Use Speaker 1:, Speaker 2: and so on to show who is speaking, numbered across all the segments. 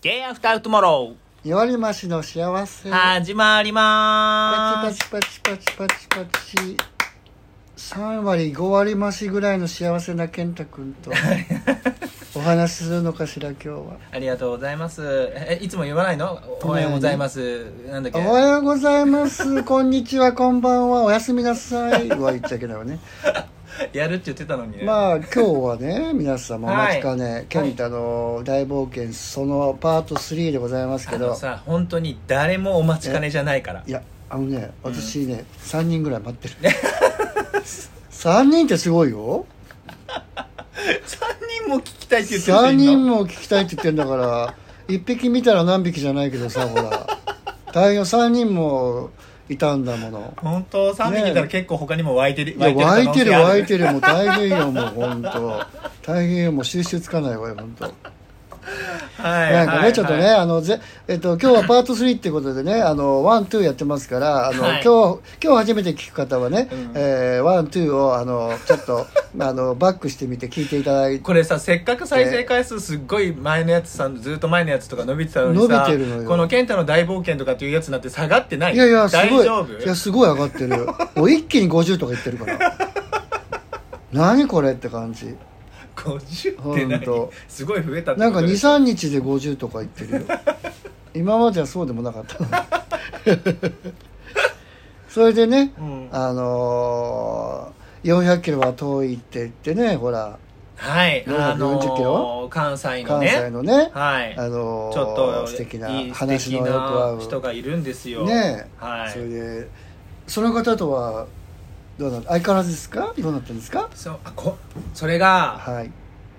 Speaker 1: ゲイアフタートゥモロ
Speaker 2: 弱りましの幸せ
Speaker 1: ー始まりま
Speaker 2: パ
Speaker 1: ーす
Speaker 2: チパチパチパチパチパチ3割5割増しぐらいの幸せな健太君 とお話しするのかしら今日は
Speaker 1: ありがとうございますえいつも言わないのおおはようございますなんだっ
Speaker 2: お
Speaker 1: け
Speaker 2: はようございますこんにちはこんばんはおやすみなさ いは言っちゃいけないわね
Speaker 1: やるって言ってたのにね、
Speaker 2: まあ今日はね皆様お待ちかね、健太の大冒険そのパート3でございますけ
Speaker 1: あ
Speaker 2: ど
Speaker 1: のさ本当に誰もお待ちかねじゃないから
Speaker 2: いやあのね私ね、3人ぐらい待 ってる3人ってすごいよ
Speaker 1: 3人も聞きたいって言ってる人い
Speaker 2: 3
Speaker 1: る
Speaker 2: 人
Speaker 1: の
Speaker 2: も聞きたいって言ってんだから1匹見たら何匹じゃないけどさほら大変3人もいたんだもの
Speaker 1: 本当3人いたら結構他にも湧いてる、
Speaker 2: いや湧いてる湧い
Speaker 1: る
Speaker 2: てるもう大変よもう本当大変よもう収集つかないわよ本
Speaker 1: 可能性
Speaker 2: 当
Speaker 1: ある、はい
Speaker 2: なんか
Speaker 1: は
Speaker 2: ね
Speaker 1: い
Speaker 2: ちょっとね
Speaker 1: はい
Speaker 2: あのぜえっと今日はパート3ってことでねあのワンツーやってますからあの
Speaker 1: はい
Speaker 2: 今日今日初めて聞く方はね
Speaker 1: うん
Speaker 2: えーワンツーをあのちょっとあのバックしてみて聞いていただいて
Speaker 1: これさせっかく再生回数すっごい前のやつさずっと前のやつとか伸びてたのにさ
Speaker 2: 伸びてるのよ
Speaker 1: この健太の大冒険とかっていうやつなんて下がってない
Speaker 2: いやいやす
Speaker 1: 大
Speaker 2: ごい
Speaker 1: 丈夫
Speaker 2: いやすごい上がって るもう一気に50とかいってるから何これって感じ
Speaker 1: 50って
Speaker 2: ほん
Speaker 1: 何
Speaker 2: と
Speaker 1: すごい増えたって
Speaker 2: なん
Speaker 1: こ
Speaker 2: か
Speaker 1: とで
Speaker 2: 23日で50とかいってるよ今まではそうでもなかったのに それでね、
Speaker 1: うん
Speaker 2: あのー、400キロは遠いって言ってねほら
Speaker 1: はいあの
Speaker 2: 40キロ
Speaker 1: 関西の
Speaker 2: 関
Speaker 1: ね
Speaker 2: 西のね
Speaker 1: はい
Speaker 2: あのー、
Speaker 1: ちょっと
Speaker 2: 素敵ない
Speaker 1: い素
Speaker 2: 話
Speaker 1: 敵
Speaker 2: のよく合
Speaker 1: な
Speaker 2: う
Speaker 1: 人がいるんですよ
Speaker 2: ねえ、
Speaker 1: はい
Speaker 2: それでその方とはどうな相変わらずですかどうなったんですか
Speaker 1: そうあこそれが
Speaker 2: はい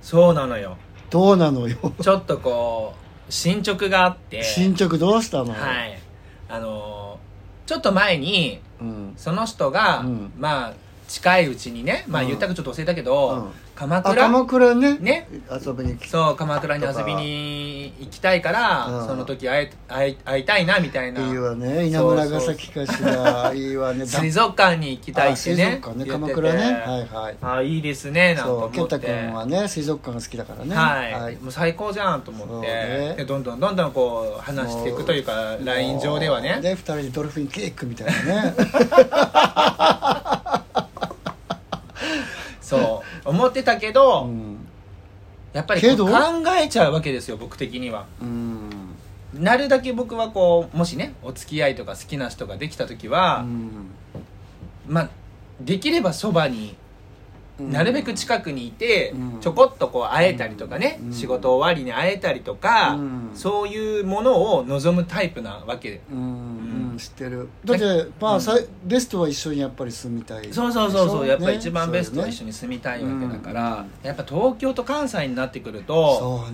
Speaker 1: そうなのよ
Speaker 2: どうなのよ
Speaker 1: ちょっとこう進捗があって
Speaker 2: 進捗どうしたの
Speaker 1: はいあのちょっと前に
Speaker 2: うん
Speaker 1: その人が、
Speaker 2: うん
Speaker 1: まあ近いうちにね、まあ、
Speaker 2: うん
Speaker 1: 言ったかちょっと忘れたけど、
Speaker 2: うん
Speaker 1: 鎌
Speaker 2: あ
Speaker 1: 倉
Speaker 2: 鎌倉ね
Speaker 1: ね
Speaker 2: 遊びに来
Speaker 1: そう鎌倉に遊びに行きたいから、
Speaker 2: うん
Speaker 1: その時会え会い会いたいなみたい
Speaker 2: ていい
Speaker 1: な
Speaker 2: わね稲村ヶ崎かしらいいわね
Speaker 1: 水族館に行きたい
Speaker 2: あ
Speaker 1: って
Speaker 2: 水
Speaker 1: ね
Speaker 2: 族館
Speaker 1: 言
Speaker 2: ね
Speaker 1: って
Speaker 2: 鎌
Speaker 1: て
Speaker 2: 倉ねはいはい
Speaker 1: あいいですねなんて
Speaker 2: そ
Speaker 1: 思っ
Speaker 2: う
Speaker 1: て
Speaker 2: 健太君はね水族館が好きだからね
Speaker 1: はい、もう最高じゃんと思
Speaker 2: そ
Speaker 1: っ
Speaker 2: う
Speaker 1: て、
Speaker 2: ね
Speaker 1: でどんどんどんどんこう話していくというか LINE 上ではね
Speaker 2: で二人でドルフィンキックみたいなね
Speaker 1: そう思ってたけど、
Speaker 2: うん
Speaker 1: やっぱりこう
Speaker 2: けど
Speaker 1: 考えちゃうわけですよ僕的には
Speaker 2: うん
Speaker 1: なるだけ僕はこうもしねお付き合いとか好きな人ができた時は、まあできればそばに
Speaker 2: うん
Speaker 1: なるべく近くにいて、
Speaker 2: うん
Speaker 1: ちょこっとこう会えたりとかね、
Speaker 2: うん
Speaker 1: 仕事終わりに会えたりとか、
Speaker 2: うん
Speaker 1: そういうものを望むタイプなわけで、
Speaker 2: うん
Speaker 1: う
Speaker 2: うんん知ってるだってまあさベストは一緒にやっぱり住みたい
Speaker 1: そうそうそうそう、やっぱ
Speaker 2: ね
Speaker 1: り一番ベストは一緒に住みたいわけだから、やっぱ東京と関西になってくると、
Speaker 2: そう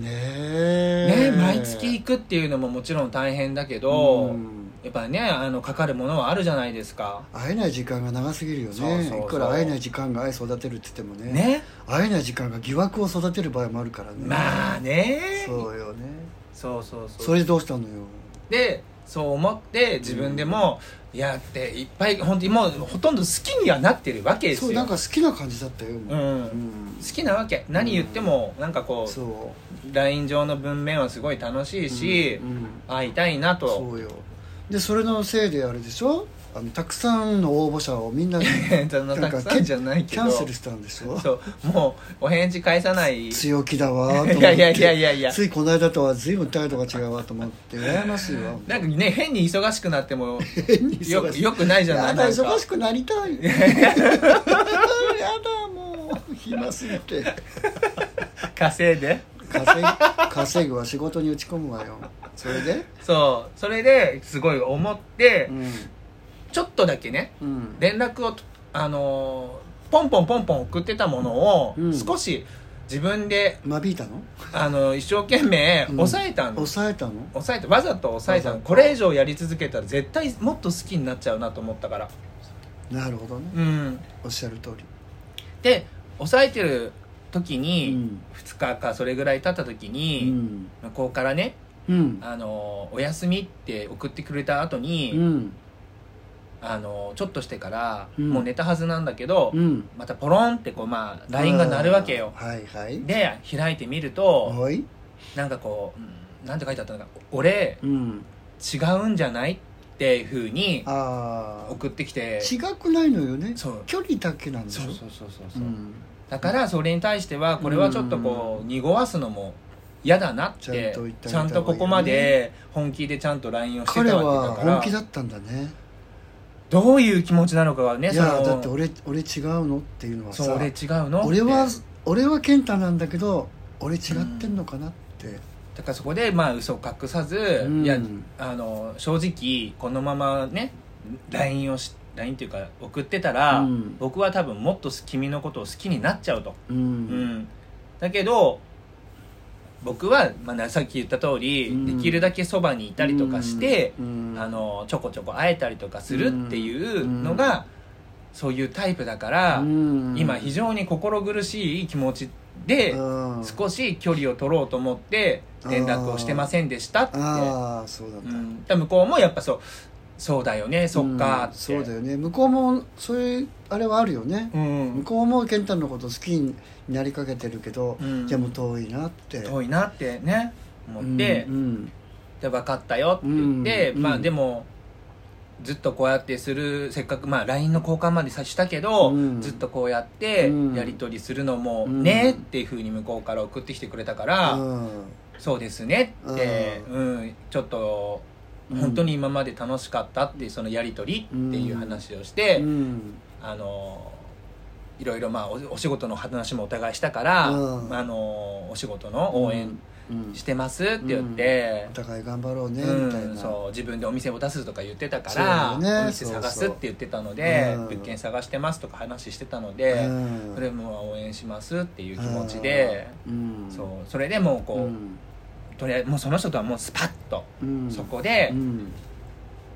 Speaker 1: ね、
Speaker 2: ね
Speaker 1: 毎月行くっていうのももちろん大変だけど、
Speaker 2: うん
Speaker 1: やっぱねあのかかるものはあるじゃないですか
Speaker 2: 会えない時間が長すぎるよね
Speaker 1: そうそうそう
Speaker 2: くら会えない時間が愛育てるって言ってもね
Speaker 1: ね
Speaker 2: 会えない時間が疑惑を育てる場合もあるからね
Speaker 1: まあねそう
Speaker 2: そうよね
Speaker 1: そうそう
Speaker 2: それでどうしたのよ
Speaker 1: でそう思って自分でも、いやっていっぱい本当にもうほとんど好きにはなってるわけですよ
Speaker 2: そうなんか好きな感じだったよ、も
Speaker 1: う
Speaker 2: うんうん
Speaker 1: 好きなわけ何言っても、なんかこう
Speaker 2: そ
Speaker 1: LINE 上の文面はすごい楽しいうし、
Speaker 2: うんうん
Speaker 1: 会いたいなと
Speaker 2: そうよでそれのせいであれでしょあのたくさんの応募者をみんな
Speaker 1: そんなたく
Speaker 2: なん
Speaker 1: さ
Speaker 2: か
Speaker 1: んじゃないけ
Speaker 2: キ
Speaker 1: ど
Speaker 2: ャンセルしたんでしょ
Speaker 1: そうもうお返事返さない
Speaker 2: 強気だわーと思って
Speaker 1: いやいやいやいやいや
Speaker 2: ついこの間とは随分態度が違うわと思って羨ましいわ
Speaker 1: なんかね変に忙しくなって も
Speaker 2: 変に忙しい
Speaker 1: よよくないじゃない
Speaker 2: やだ
Speaker 1: なんか
Speaker 2: 忙しくなりた いやだもう暇すぎて
Speaker 1: 稼いで
Speaker 2: 稼ぐ稼ぐは仕事に打ち込むわよそれで
Speaker 1: そうそれですごい思って、
Speaker 2: ん
Speaker 1: ちょっとだけね
Speaker 2: うん
Speaker 1: 連絡をとあのーポンポンポンポン送ってたものを、
Speaker 2: うん
Speaker 1: 少し自分で
Speaker 2: 間引いたの
Speaker 1: あの一生懸命
Speaker 2: うん
Speaker 1: 抑えたんです、
Speaker 2: 抑えたの
Speaker 1: 抑えてわざと抑えた
Speaker 2: わ
Speaker 1: の
Speaker 2: ざ
Speaker 1: こ
Speaker 2: と
Speaker 1: れ以上やり続けたら絶対もっと好きになっちゃうなと思ったから
Speaker 2: なるほどね
Speaker 1: うん
Speaker 2: おっしゃる通り
Speaker 1: で抑えてる時
Speaker 2: う
Speaker 1: に、
Speaker 2: ん
Speaker 1: 2日かそれぐらい経った時
Speaker 2: う
Speaker 1: に、
Speaker 2: ん
Speaker 1: 向こうからね
Speaker 2: うん
Speaker 1: あのーお休みって送ってくれた後に、
Speaker 2: うん
Speaker 1: あのちょっとしてから、
Speaker 2: うん
Speaker 1: もう寝たはずなんだけど、
Speaker 2: うん
Speaker 1: またポロンってこうまあ LINE が鳴るわけよ
Speaker 2: はいはい
Speaker 1: で開いてみると
Speaker 2: はい
Speaker 1: なんかこう、うんなんて書いてあったのか俺
Speaker 2: うん
Speaker 1: 違うんじゃないっていうふうに
Speaker 2: ああ
Speaker 1: 送ってきて
Speaker 2: 違くないのよね
Speaker 1: そう
Speaker 2: 距離だけなんでしょ
Speaker 1: そうそうそうそうそう、
Speaker 2: うん
Speaker 1: だからそれに対してはこれはちょっとこう濁わすのも嫌だなっ
Speaker 2: ちゃん
Speaker 1: て
Speaker 2: と言ってあげ
Speaker 1: ち
Speaker 2: た
Speaker 1: ゃ
Speaker 2: 方がいいよね
Speaker 1: んとここまで本気でちゃんと LINE をして
Speaker 2: 彼
Speaker 1: たわ
Speaker 2: は
Speaker 1: けだから
Speaker 2: 本気だったんだね
Speaker 1: どういう気持ちなのかはね
Speaker 2: い
Speaker 1: そ
Speaker 2: や
Speaker 1: の
Speaker 2: だって俺俺違うのっていうのは
Speaker 1: そう
Speaker 2: さ
Speaker 1: 俺違うの
Speaker 2: 俺は
Speaker 1: って
Speaker 2: 俺は健太なんだけど俺違ってんのかなって
Speaker 1: だからそこでまあ嘘を隠さず、
Speaker 2: うん
Speaker 1: いやあの正直このままね LINE をし LINE っていうか送ってたら、
Speaker 2: うん
Speaker 1: 僕は多分もっと君のことを好きになっちゃうと、
Speaker 2: う
Speaker 1: うん
Speaker 2: ん
Speaker 1: だけど僕は、まあ、さっき言った通り、
Speaker 2: うん
Speaker 1: できるだけそばにいたりとかして、
Speaker 2: うん
Speaker 1: あのちょこちょこ会えたりとかするっていうのが、そういうタイプだから、
Speaker 2: うん
Speaker 1: 今非常に心苦しい気持ちで、
Speaker 2: うん
Speaker 1: 少し距離を取ろうと思って連絡をしてませんでしたって、
Speaker 2: ああそうだ
Speaker 1: う
Speaker 2: ね
Speaker 1: ん、だから向こうもやっぱそうそうだよねそっかって、
Speaker 2: うんそうだよね向こうもそういうあれはあるよね
Speaker 1: う
Speaker 2: 向
Speaker 1: ん
Speaker 2: こうも健太のこと好きになりかけてるけど
Speaker 1: うん
Speaker 2: じゃあもう遠いなって
Speaker 1: 遠いなってね思って、
Speaker 2: うんうん
Speaker 1: で分かったよって言って、
Speaker 2: うん
Speaker 1: ま
Speaker 2: う
Speaker 1: あ
Speaker 2: ん
Speaker 1: でもずっとこうやってするせっかくまあ LINE の交換までさしたけど、
Speaker 2: うん
Speaker 1: ずっとこうやって
Speaker 2: うん
Speaker 1: やり取りするのも
Speaker 2: うん
Speaker 1: ねっていうふうに向こうから送ってきてくれたから、
Speaker 2: うん
Speaker 1: そうですねって、うん、ちょっと
Speaker 2: うん
Speaker 1: 本当に今まで楽しかったっていうそのやり取りっていう話をして、
Speaker 2: うん
Speaker 1: あのいろいろまあおお仕事の話もお互いしたから、
Speaker 2: うん
Speaker 1: あのお仕事の応援
Speaker 2: うん
Speaker 1: してますって言って
Speaker 2: お、互い頑張ろう
Speaker 1: う
Speaker 2: ね
Speaker 1: ん
Speaker 2: みたいな
Speaker 1: そう自分でお店を出すとか言ってたから、
Speaker 2: そうだよね
Speaker 1: お店探すって言ってたので
Speaker 2: そうそううん
Speaker 1: 物件探してますとか話してたので、
Speaker 2: うん
Speaker 1: それも応援しますっていう気持ちで、
Speaker 2: うん
Speaker 1: そうそれでもうこう、
Speaker 2: うん
Speaker 1: とりあえずもうその人とはもうスパッと
Speaker 2: うん
Speaker 1: そこで
Speaker 2: うん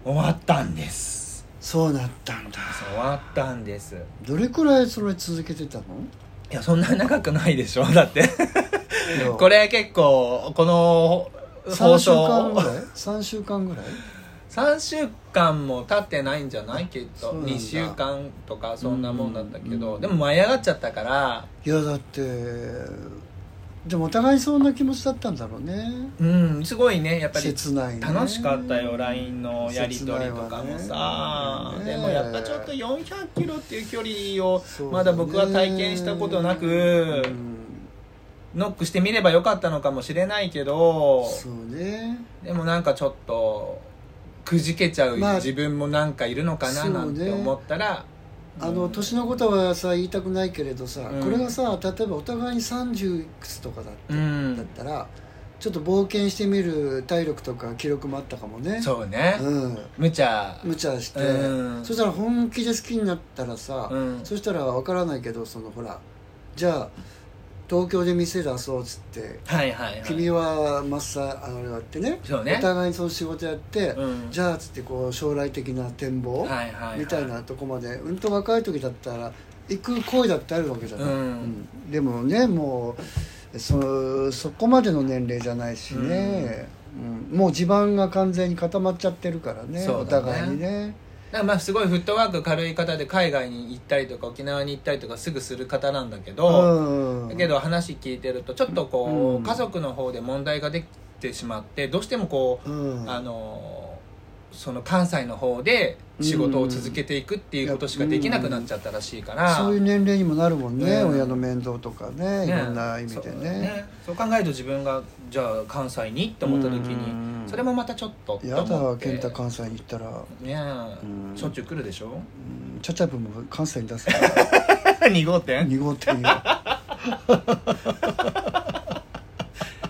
Speaker 1: 終わったんです、
Speaker 2: そうなったんだ
Speaker 1: そう終わったんです
Speaker 2: どれくらいそれ続けてたの
Speaker 1: いやそんな長くないでしょだって こ
Speaker 2: れ
Speaker 1: れ結構この放
Speaker 2: 3週間ぐ
Speaker 1: 送
Speaker 2: らい3週間ぐらい
Speaker 1: 3週間も経ってないんじゃないきっ
Speaker 2: そう
Speaker 1: と
Speaker 2: なんだ
Speaker 1: 2週間とかそんなもんだったけ
Speaker 2: うんうんう
Speaker 1: ど
Speaker 2: ん
Speaker 1: でも舞い上がっちゃったから
Speaker 2: いやだってでもお互いそんな気持ちだったんだろうね
Speaker 1: うんすごいねやっぱり
Speaker 2: 切ないね
Speaker 1: 楽しかったよ LINE のやり取りとかもさ、
Speaker 2: 切ないわね
Speaker 1: でもやっぱちょっと4 0 0キロっていう距離を
Speaker 2: そうね
Speaker 1: まだ僕は体験したことなく、
Speaker 2: うん
Speaker 1: ノックしてみればよかったのかもしれないけど
Speaker 2: そうね
Speaker 1: でもなんかちょっとくじけちゃう、
Speaker 2: まあ
Speaker 1: 自分もなんかいるのかななん
Speaker 2: そう
Speaker 1: て
Speaker 2: ね
Speaker 1: 思ったら、
Speaker 2: あの年のことはさ言いたくないけれどさ、
Speaker 1: うん
Speaker 2: これがさ例えばお互いに30いくつとかだっ
Speaker 1: う
Speaker 2: た,、だっ
Speaker 1: ん、
Speaker 2: たらちょっと冒険してみる体力とか気力もあったかもね
Speaker 1: そうね、
Speaker 2: うん
Speaker 1: 無茶
Speaker 2: 無茶して、
Speaker 1: うん
Speaker 2: そしたら本気で好きになったらさ、
Speaker 1: うん
Speaker 2: そしたら分からないけどそのほらじゃあ東京で店出そうっつって
Speaker 1: はいはいはい
Speaker 2: 君はマッサーあのやってね
Speaker 1: そうね
Speaker 2: お互いにその仕事やって、
Speaker 1: うん
Speaker 2: じゃあっつってこう将来的な展望、
Speaker 1: はいはいはい
Speaker 2: みたいなとこまでうんと若い時だったら行く行為だってあるわけじゃない、
Speaker 1: うん
Speaker 2: うんでもねもうそそこまでの年齢じゃないしね、うんもう地盤が完全に固まっちゃってるからね
Speaker 1: そ
Speaker 2: お
Speaker 1: うだね
Speaker 2: 互いにね
Speaker 1: だからまあすごいフットワーク軽い方で海外に行ったりとか沖縄に行ったりとかすぐする方なんだけど、
Speaker 2: うん
Speaker 1: だけど話聞いてるとちょっとこう、
Speaker 2: うん
Speaker 1: 家族の方で問題ができてしまってどうしてもこう、
Speaker 2: うん
Speaker 1: あのその関西の方で仕事を続けていくっていうことしかできなくなっちゃったらしいから、
Speaker 2: そういう年齢にもなるもんね、
Speaker 1: うん
Speaker 2: 親の面倒とかね
Speaker 1: ね
Speaker 2: いろんな意味で
Speaker 1: そう
Speaker 2: ね
Speaker 1: そう考えると自分がじゃあ関西にって思った時
Speaker 2: うん
Speaker 1: にそれもまたちょっと
Speaker 2: や
Speaker 1: と思
Speaker 2: だ
Speaker 1: って
Speaker 2: 健太関西に行ったら、
Speaker 1: ね
Speaker 2: うん
Speaker 1: えしょっちゅう来るでし ょ
Speaker 2: うん、チャチャブも関西に出すから
Speaker 1: 2号店
Speaker 2: 2号店よ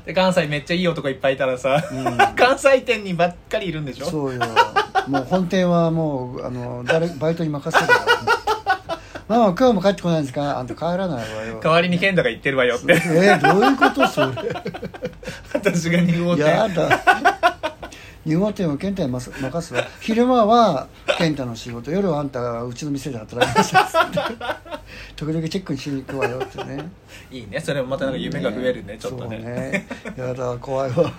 Speaker 1: で関西めっちゃいい男いっぱいいたらさ、 関西店にばっかりいるんでしょ
Speaker 2: そうよもう本店はもうあの誰バイトに任せる からママ今日も帰ってこないんですかあんた帰らないわよ
Speaker 1: 代わりに健太が言ってるわよっ
Speaker 2: え
Speaker 1: て
Speaker 2: ー、どういうことそれ
Speaker 1: 私が2号
Speaker 2: や
Speaker 1: 店
Speaker 2: だ日本店は健太に任す任すわ昼間は健太の仕事夜はあんたがうちの店で働きましたって 時々チェックにしに行くわよってね
Speaker 1: いいねそれもまたなんか夢が増えるねちょっとね
Speaker 2: そうやだ怖いわ
Speaker 1: そう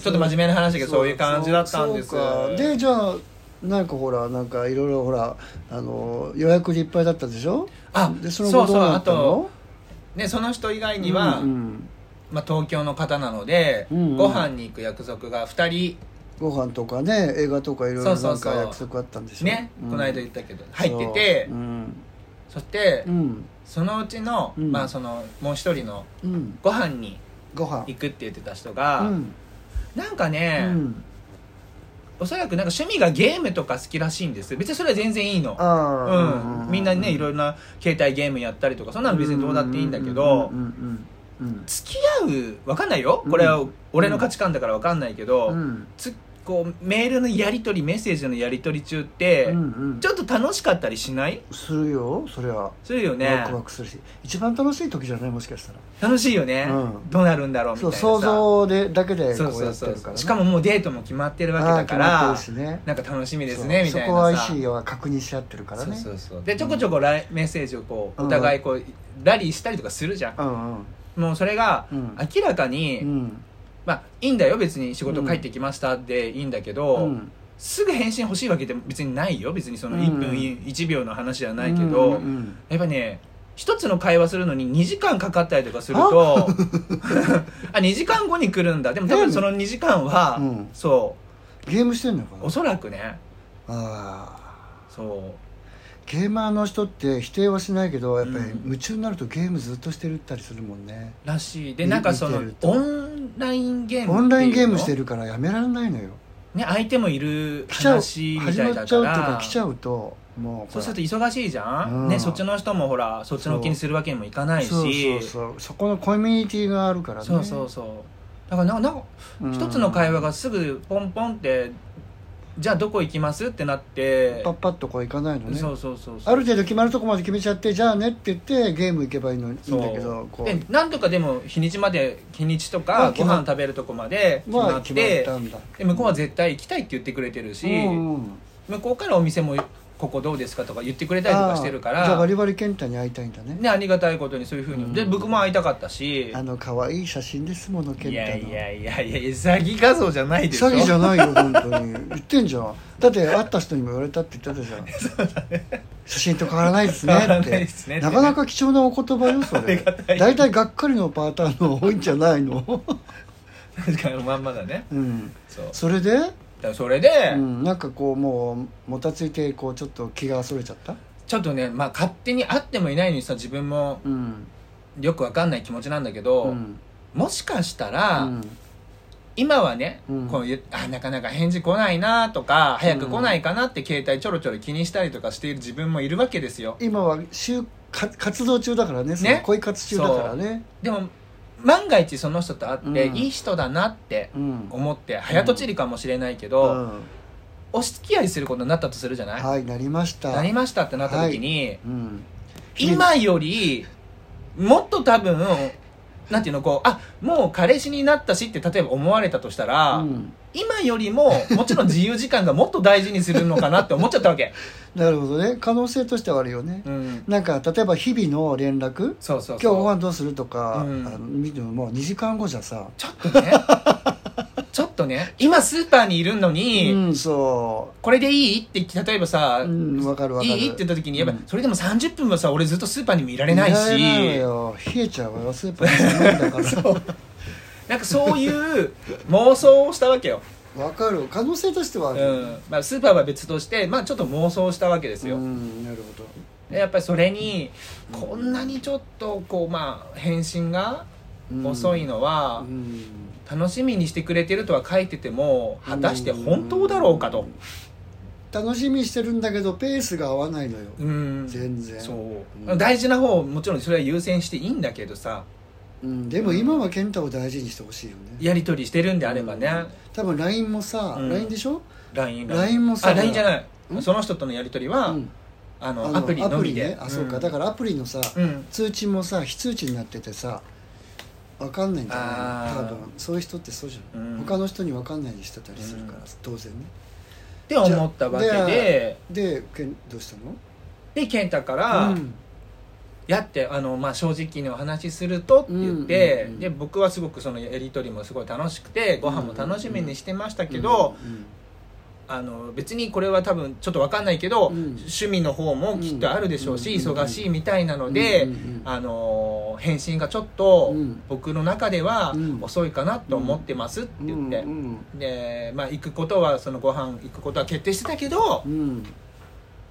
Speaker 1: ちょっと真面目な話だけどそういう感じだったんです
Speaker 2: そうかでじゃあなんかほらなんかいろいろほらあの予約でいっぱいだったでしょ
Speaker 1: あ
Speaker 2: でその後どうなったの
Speaker 1: ね、その人以外には、
Speaker 2: うん
Speaker 1: まあ、東京の方なので、
Speaker 2: うんうん
Speaker 1: ご飯に行く約束が2人
Speaker 2: ご飯とかね映画とかいろいろ
Speaker 1: そ
Speaker 2: な
Speaker 1: うんそう
Speaker 2: か
Speaker 1: そう
Speaker 2: 約束あったんでしょ
Speaker 1: ね、
Speaker 2: うん
Speaker 1: この間言ったけど入ってて
Speaker 2: そううん
Speaker 1: そして、
Speaker 2: うん
Speaker 1: そのうちの,、
Speaker 2: うん
Speaker 1: まあ、そのもう一人の
Speaker 2: うん
Speaker 1: ご飯に
Speaker 2: ご飯
Speaker 1: 行くって言ってた人が、
Speaker 2: うん
Speaker 1: なんか
Speaker 2: う
Speaker 1: ね、
Speaker 2: ん
Speaker 1: おそらくなんか趣味がゲームとか好きらしいんです別にそれは全然いいの
Speaker 2: あ
Speaker 1: う
Speaker 2: ー
Speaker 1: ん、みんなねいろいろな携帯ゲームやったりとかそんなの別にどうだっていいんだけど
Speaker 2: うんうんうん
Speaker 1: 付き合うわかんないよこれは
Speaker 2: うん
Speaker 1: 俺の価値観だからわかんないけど、
Speaker 2: うん
Speaker 1: つこうメールのやり取りメッセージのやり取り中って、
Speaker 2: うんうん
Speaker 1: ちょっと楽しかったりしない
Speaker 2: するよそれは
Speaker 1: するよね
Speaker 2: ワクワクするし一番楽しい時じゃないもしかしたら
Speaker 1: 楽しいよね、
Speaker 2: うん
Speaker 1: どうなるんだろうみたい
Speaker 2: そう
Speaker 1: なさ
Speaker 2: 想像でだけで
Speaker 1: そう
Speaker 2: こう
Speaker 1: そう
Speaker 2: やって
Speaker 1: そ
Speaker 2: る
Speaker 1: う
Speaker 2: からね
Speaker 1: しかももうデートも決まってるわけだか
Speaker 2: あー
Speaker 1: ら
Speaker 2: 決まってるしね
Speaker 1: なんか楽しみですねみ
Speaker 2: そう
Speaker 1: たい
Speaker 2: そこは
Speaker 1: な
Speaker 2: 意
Speaker 1: さ
Speaker 2: 思は確認し合ってるから
Speaker 1: そう
Speaker 2: ね
Speaker 1: そうそうでちょこちょこライメッセージをこう
Speaker 2: うん
Speaker 1: お互いこうラリーしたりとかするじゃん
Speaker 2: うんうん
Speaker 1: もうそれが
Speaker 2: うん
Speaker 1: 明らかに、
Speaker 2: うん
Speaker 1: まあいいんだよ別に仕事帰ってきましたでいいんだけど、
Speaker 2: うん
Speaker 1: すぐ返信欲しいわけでも別にないよ別にその
Speaker 2: うん
Speaker 1: 1分1秒の話じゃないけど、
Speaker 2: うんうん
Speaker 1: やっぱね一つの会話するのに2時間かかったりとかすると あ2時間後に来るんだでも多分その2時間は、
Speaker 2: うん
Speaker 1: そ
Speaker 2: ゲームしてんのか
Speaker 1: う
Speaker 2: な
Speaker 1: おそらくね
Speaker 2: あ
Speaker 1: そう
Speaker 2: ーゲーマーの人って否定はしないけどやっぱり
Speaker 1: うん
Speaker 2: 夢中になるとゲームずっとしてるったりするもんね
Speaker 1: らしいで
Speaker 2: 見
Speaker 1: なんかその
Speaker 2: 見てると
Speaker 1: オンラインゲームっていうの
Speaker 2: オンラインゲームしてるからやめられないのよ
Speaker 1: ね相手もいる
Speaker 2: 来ちゃう
Speaker 1: 話
Speaker 2: 始
Speaker 1: みたい
Speaker 2: ま
Speaker 1: だ
Speaker 2: っちゃ
Speaker 1: か
Speaker 2: うっていう
Speaker 1: ら
Speaker 2: か来ちゃうともう
Speaker 1: そうする
Speaker 2: と
Speaker 1: と忙しいじゃん、
Speaker 2: うん
Speaker 1: ねそっちの人もほらそっちの気にするわけにもいかないし
Speaker 2: そうそうそうそこのコミュニティがあるからね
Speaker 1: そうそうそうだからなんかなんか
Speaker 2: うん
Speaker 1: 一つの会話がすぐポンポンってじゃあどこ行きますってなって
Speaker 2: パッパッとこう行かないのね
Speaker 1: そうそうそうそう
Speaker 2: ある程度決まるとこまで決めちゃってじゃあねって言ってゲーム行けばいいのいいんだ
Speaker 1: そう
Speaker 2: けどこ
Speaker 1: で
Speaker 2: う
Speaker 1: なんとかでも日にちまで日にちと
Speaker 2: ま
Speaker 1: か
Speaker 2: あ
Speaker 1: ご
Speaker 2: 決ま
Speaker 1: 飯食べるとこまで決
Speaker 2: ま
Speaker 1: ま
Speaker 2: あ
Speaker 1: っ
Speaker 2: 決まってたんだ
Speaker 1: で向こうは絶対行きたいって言ってくれてるし、
Speaker 2: うんうん
Speaker 1: 向こうからお店もここどうですかとか言ってくれたりとかしてるか
Speaker 2: あーじゃあバ
Speaker 1: ら
Speaker 2: リバリ健太に会いたいんだね
Speaker 1: ねありがたいことにそういうふうに、
Speaker 2: うん
Speaker 1: で僕も会いたかったし
Speaker 2: あの可愛い写真ですもの健
Speaker 1: い
Speaker 2: 太の
Speaker 1: やいやいやいや詐欺画像じゃないでしょ
Speaker 2: 詐欺じゃないよ本当に言ってんじゃんだって会った人にも言われたって言ってたじゃん写真と変わらないですね
Speaker 1: 変わら
Speaker 2: っ
Speaker 1: ない
Speaker 2: て
Speaker 1: ですねって
Speaker 2: なかなか貴重なお言葉よそれ大体がっかりのパターンの多いんじゃないの
Speaker 1: 確かにまん まだね
Speaker 2: うん
Speaker 1: そうだか
Speaker 2: それで、
Speaker 1: らそれで、
Speaker 2: うん、なんかこうもうもたついてこうちょっと気がそれちゃった
Speaker 1: ちょっとね、まあ、勝手に会ってもいないのにさ自分も
Speaker 2: うん
Speaker 1: よくわかんない気持ちなんだけど、
Speaker 2: うん
Speaker 1: もしかしたら、
Speaker 2: うん
Speaker 1: 今はね、
Speaker 2: うん
Speaker 1: こういうあなかなか返事来ないなとか早く来ないかなって携帯ちょろちょろ気にしたりとかしている自分もいるわけですよ
Speaker 2: 今は就活活動中だからねその恋活中だからね
Speaker 1: でも万が一その人と会って、
Speaker 2: うん
Speaker 1: いい人だなって
Speaker 2: うん
Speaker 1: 思って早とちりかもしれないけど、
Speaker 2: うん
Speaker 1: お付き合いすることになったとするじゃない、
Speaker 2: はいなりました
Speaker 1: なりましたってなった時に、
Speaker 2: うん
Speaker 1: 今よりもっと多分なんていうのこうあもう彼氏になったしって例えば思われたとしたら、
Speaker 2: うん
Speaker 1: 今よりももちろん自由時間がもっと大事にするのかなって思っちゃったわけ、
Speaker 2: なるほどね可能性としてはあるよね
Speaker 1: うん、
Speaker 2: なんか例えば日々の連絡
Speaker 1: そうそうそ
Speaker 2: 今
Speaker 1: う
Speaker 2: 日ご飯どうするとか、
Speaker 1: うん
Speaker 2: あの見てももう2時間後じゃさ、
Speaker 1: ちょっとねちょっとね今スーパーにいるのに、
Speaker 2: うんそ
Speaker 1: これでいいって例えばさ、
Speaker 2: ううんわかるわか
Speaker 1: い
Speaker 2: る
Speaker 1: いって言った時にやっぱ、
Speaker 2: うん
Speaker 1: それでも30分はさ俺ずっとスーパーにもいられないし
Speaker 2: 見られないわよ冷えちゃうわよスーパーに頼んだから
Speaker 1: そうなんかそういう妄想をしたわけよ
Speaker 2: わかる可能性としてはある、
Speaker 1: うんまあ、スーパーは別として、まあ、ちょっと妄想したわけですよ、
Speaker 2: うんなるほど
Speaker 1: でやっぱりそれにこんなにちょっとこう、まあ、返信が遅いのは、
Speaker 2: うん
Speaker 1: 楽しみにしてくれてるとは書いてても果たして本当だろうかと
Speaker 2: 楽しみにしてるんだけどペースが合わないのよ、
Speaker 1: うん、
Speaker 2: 全然
Speaker 1: そううん大事な方もちろんそれは優先していいんだけどさ
Speaker 2: うんでも今は健太を大事にしてほしいよね
Speaker 1: やり取りしてるんであればね、
Speaker 2: うん多分 LINE もさ、
Speaker 1: うん
Speaker 2: LINE でしょ、
Speaker 1: LINE,
Speaker 2: LINE もさ
Speaker 1: あ LINE じゃない、
Speaker 2: うん
Speaker 1: その人とのやり取りは、
Speaker 2: うん
Speaker 1: あ
Speaker 2: あ
Speaker 1: のアプリのみで、
Speaker 2: ねあそうかだからアプリのさ、
Speaker 1: らうん
Speaker 2: 通知もさ非通知になっててさわかんないんだよね
Speaker 1: あ
Speaker 2: 多
Speaker 1: ー
Speaker 2: 分そういう人ってそうじゃん、
Speaker 1: うん
Speaker 2: 他の人にわかんないようにしてたりするから、
Speaker 1: うん
Speaker 2: 当然ね
Speaker 1: って思ったわけ
Speaker 2: じゃあ
Speaker 1: で
Speaker 2: でけんどうしたの
Speaker 1: で健太から、
Speaker 2: うん
Speaker 1: やってあの、まあ、正直にお話しするとって言って、
Speaker 2: うんうんうん
Speaker 1: で僕はすごくそのやり取りもすごい楽しくてご飯も楽しみにしてましたけど、
Speaker 2: うん
Speaker 1: あの別にこれは多分ちょっと分かんないけど、
Speaker 2: うん
Speaker 1: 趣味の方もきっとあるでしょうし、
Speaker 2: うん
Speaker 1: 忙しいみたいなので、
Speaker 2: うんうんうん
Speaker 1: あの返信がちょっと
Speaker 2: うん
Speaker 1: 僕の中では
Speaker 2: うん
Speaker 1: 遅いかなと思ってますって言って、
Speaker 2: うん
Speaker 1: で、まあ、行くことはそのご飯行くことは決定してたけど
Speaker 2: うんうん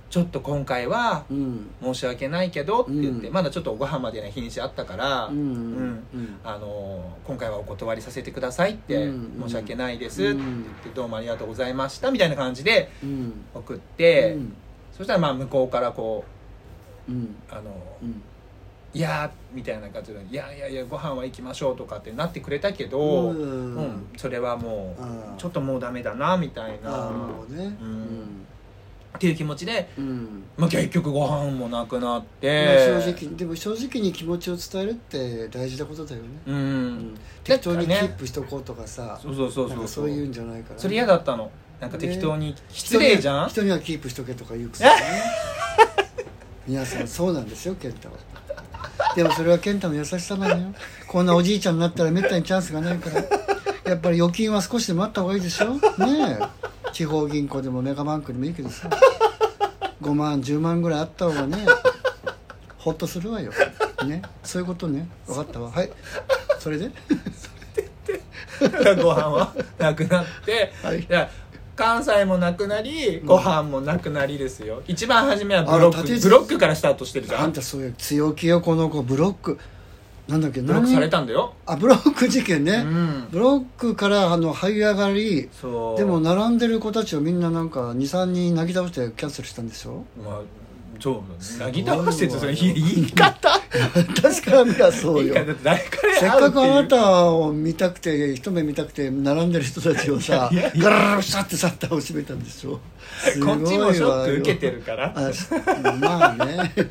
Speaker 1: ちょっと今回は
Speaker 2: うん
Speaker 1: 申し訳ないけどって言って、
Speaker 2: うん
Speaker 1: まだちょっとご飯までの日にちあったから、
Speaker 2: うんうんうん
Speaker 1: あの今回はお断りさせてくださいって、
Speaker 2: うん
Speaker 1: 申し訳ないです、
Speaker 2: う
Speaker 1: って
Speaker 2: ん
Speaker 1: 言ってどうもありがとうございましたみたいな感じで
Speaker 2: うん
Speaker 1: 送って、
Speaker 2: うん
Speaker 1: そしたらまあ向こうからこ
Speaker 2: うん
Speaker 1: う「あの
Speaker 2: うん
Speaker 1: いやー」みたいな感じで「いやいやいやご飯は行きましょう」とかってなってくれたけど、
Speaker 2: う
Speaker 1: うん
Speaker 2: ん
Speaker 1: それはも
Speaker 2: あー
Speaker 1: うちょっともうダメだなみたいな
Speaker 2: あーなるほどね
Speaker 1: うんっていう気持ちで、
Speaker 2: うん
Speaker 1: まあ、結局ご飯もなくなっ
Speaker 2: ま
Speaker 1: て、
Speaker 2: あ正直でも正直に気持ちを伝えるって大事なことだよね
Speaker 1: うん、
Speaker 2: うん適当にキープしとこうとかさ
Speaker 1: そうそうそう
Speaker 2: なん
Speaker 1: そ
Speaker 2: か
Speaker 1: う
Speaker 2: そういうんじゃないからね
Speaker 1: それ嫌だったのなんか適当に、失
Speaker 2: 人には
Speaker 1: 礼じゃん
Speaker 2: 人にはキープしとけとか言うくせにね皆さんそうなんですよ健太はでもそれは健太の優しさなのよこんなおじいちゃんになったらめったにチャンスがないからやっぱり預金は少しでもあった方がいいでしょねえ地方銀行でもメガバンクでもいいけどさ5万10万ぐらいあった方がねほっとするわよ、ね、そういうことね分かったわはいそれで
Speaker 1: ご飯はなくなって、
Speaker 2: はい
Speaker 1: だから関西もなくなりご飯もなくなりですよ、一番初めはブロ
Speaker 2: あ
Speaker 1: ッ
Speaker 2: 縦
Speaker 1: ク
Speaker 2: 軸
Speaker 1: ブロックからスタートしてるじゃ
Speaker 2: あん
Speaker 1: ん
Speaker 2: たそういう強気よこの子ブロックなんだっけ
Speaker 1: ブロックされ
Speaker 2: 何
Speaker 1: たんだよ
Speaker 2: あブロック事件ね、
Speaker 1: うん
Speaker 2: ブロックからあの這い上がり
Speaker 1: そう
Speaker 2: でも、並んでる子たちをみんななんか23人泣き倒してキャンセルしたんでしょ
Speaker 1: まあそう
Speaker 2: ごい
Speaker 1: なぎ倒してってそれ言い言い方
Speaker 2: 確かにはそ
Speaker 1: 言
Speaker 2: う
Speaker 1: い
Speaker 2: よ
Speaker 1: 方誰か
Speaker 2: せっ
Speaker 1: ら会うって
Speaker 2: かくあ
Speaker 1: い
Speaker 2: な
Speaker 1: う
Speaker 2: たを見たくて一目見たくて並んでる人たちをさ
Speaker 1: いやいや
Speaker 2: ガラガラシャってシャッターを閉めたんでしょすごい
Speaker 1: こっ
Speaker 2: わよ
Speaker 1: ちもショック受けてるから
Speaker 2: あしまあね
Speaker 1: シ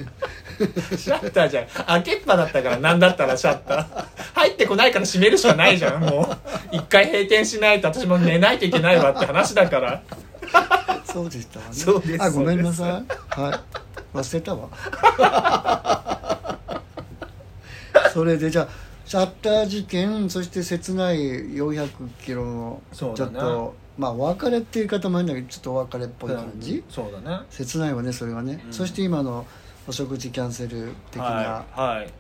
Speaker 1: ャッターじゃん開けっぱだったからなんだったらシャッター入ってこないから閉めるしかないじゃんもう一回閉店しないと私も寝ないといけないわって話だから
Speaker 2: そうでしたわね
Speaker 1: そうです
Speaker 2: あごめんなさいはい忘れたわ それでじゃあシャッター事件そして切ない400キロのちょ
Speaker 1: そうだ
Speaker 2: っ
Speaker 1: な
Speaker 2: とまあお別れっていう方もあるんだけどちょっとお別れっぽい感じ、
Speaker 1: そうだね
Speaker 2: 切ないわねそれはね、
Speaker 1: うん
Speaker 2: そして今のお食事キャンセル的な、
Speaker 1: はい、はい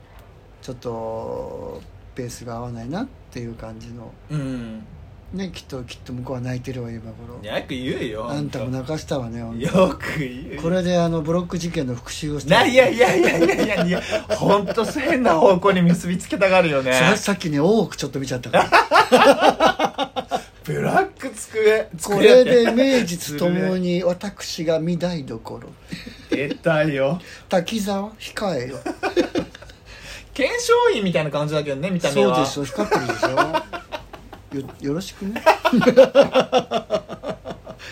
Speaker 2: ちょっとペースが合わないなっていう感じの
Speaker 1: うん
Speaker 2: ねきっときっと向こうは泣いてるわ今頃、
Speaker 1: よく言うよ
Speaker 2: あんたも泣かしたわねほんと
Speaker 1: よく言う
Speaker 2: これであのブロック事件の復讐をした
Speaker 1: ないやいやいやいやいやいや本当変な方向に結びつけたがるよね
Speaker 2: ささっきね多くちょっと見ちゃったから
Speaker 1: ブラック机
Speaker 2: こ
Speaker 1: 作れ
Speaker 2: れ
Speaker 1: て
Speaker 2: で名実ともに私が見台所
Speaker 1: 出たよ
Speaker 2: 滝沢控えよ
Speaker 1: 検証員みたいな感じだけどね見た目
Speaker 2: そう
Speaker 1: は
Speaker 2: でしょ光ってるでしょよよろ しくね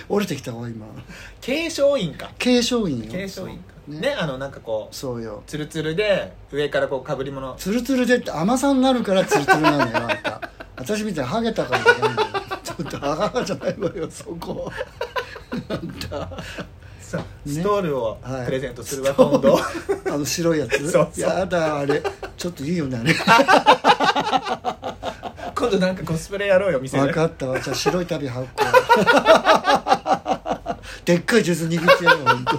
Speaker 2: 折れてきたわ今
Speaker 1: 継承員か
Speaker 2: 継承員よ
Speaker 1: 継承員か
Speaker 2: そう
Speaker 1: ね
Speaker 2: ね
Speaker 1: あのなんかこう
Speaker 2: そうよ
Speaker 1: ツルツルで上からこうかぶり物
Speaker 2: ツルツルでって甘さになるからツルツルなのよあんた私みたいにハゲたからじゃないんだよちょっとハガじゃないわよそこ
Speaker 1: さ
Speaker 2: ね
Speaker 1: ストールを
Speaker 2: はい
Speaker 1: プレゼントするわ、今度
Speaker 2: あの白いや つ
Speaker 1: そうそう
Speaker 2: やだあれちょっといいよねあれ
Speaker 1: 今度なんかコスプレやろうよ店で
Speaker 2: 分かったわじゃあ白い旅発行 でっかい数珠握ってやるよ本当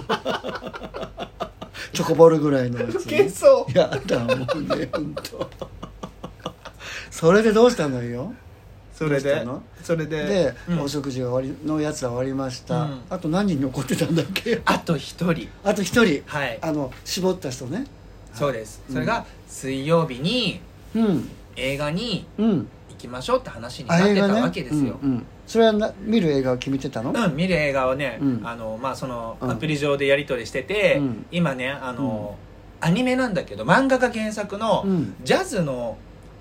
Speaker 2: チョコボールぐらいのやつ、
Speaker 1: けそう
Speaker 2: やだもうね本当それでどうしたのよ
Speaker 1: それ
Speaker 2: どうし
Speaker 1: で
Speaker 2: たの
Speaker 1: それで
Speaker 2: で、
Speaker 1: うん
Speaker 2: お食事が終わりのやつは終わりました、
Speaker 1: うん
Speaker 2: あと何人残ってたんだっけ
Speaker 1: あと一人
Speaker 2: あと一人
Speaker 1: はい
Speaker 2: あの絞った人ね
Speaker 1: そうです
Speaker 2: うん
Speaker 1: それが水曜日に
Speaker 2: うん
Speaker 1: 映画に
Speaker 2: うん
Speaker 1: 行きましょうって話にな
Speaker 2: あ
Speaker 1: って
Speaker 2: 映
Speaker 1: た
Speaker 2: 画ね
Speaker 1: わけですよ
Speaker 2: うんうんそれはな見る映画を決めてたの、
Speaker 1: うん、見る映画はね、
Speaker 2: うん
Speaker 1: あのまあ、その
Speaker 2: うん
Speaker 1: アプリ上でやり取りしてて、
Speaker 2: うん
Speaker 1: 今ねあの、アニメなんだけど漫画が原作の
Speaker 2: うん
Speaker 1: ジャズの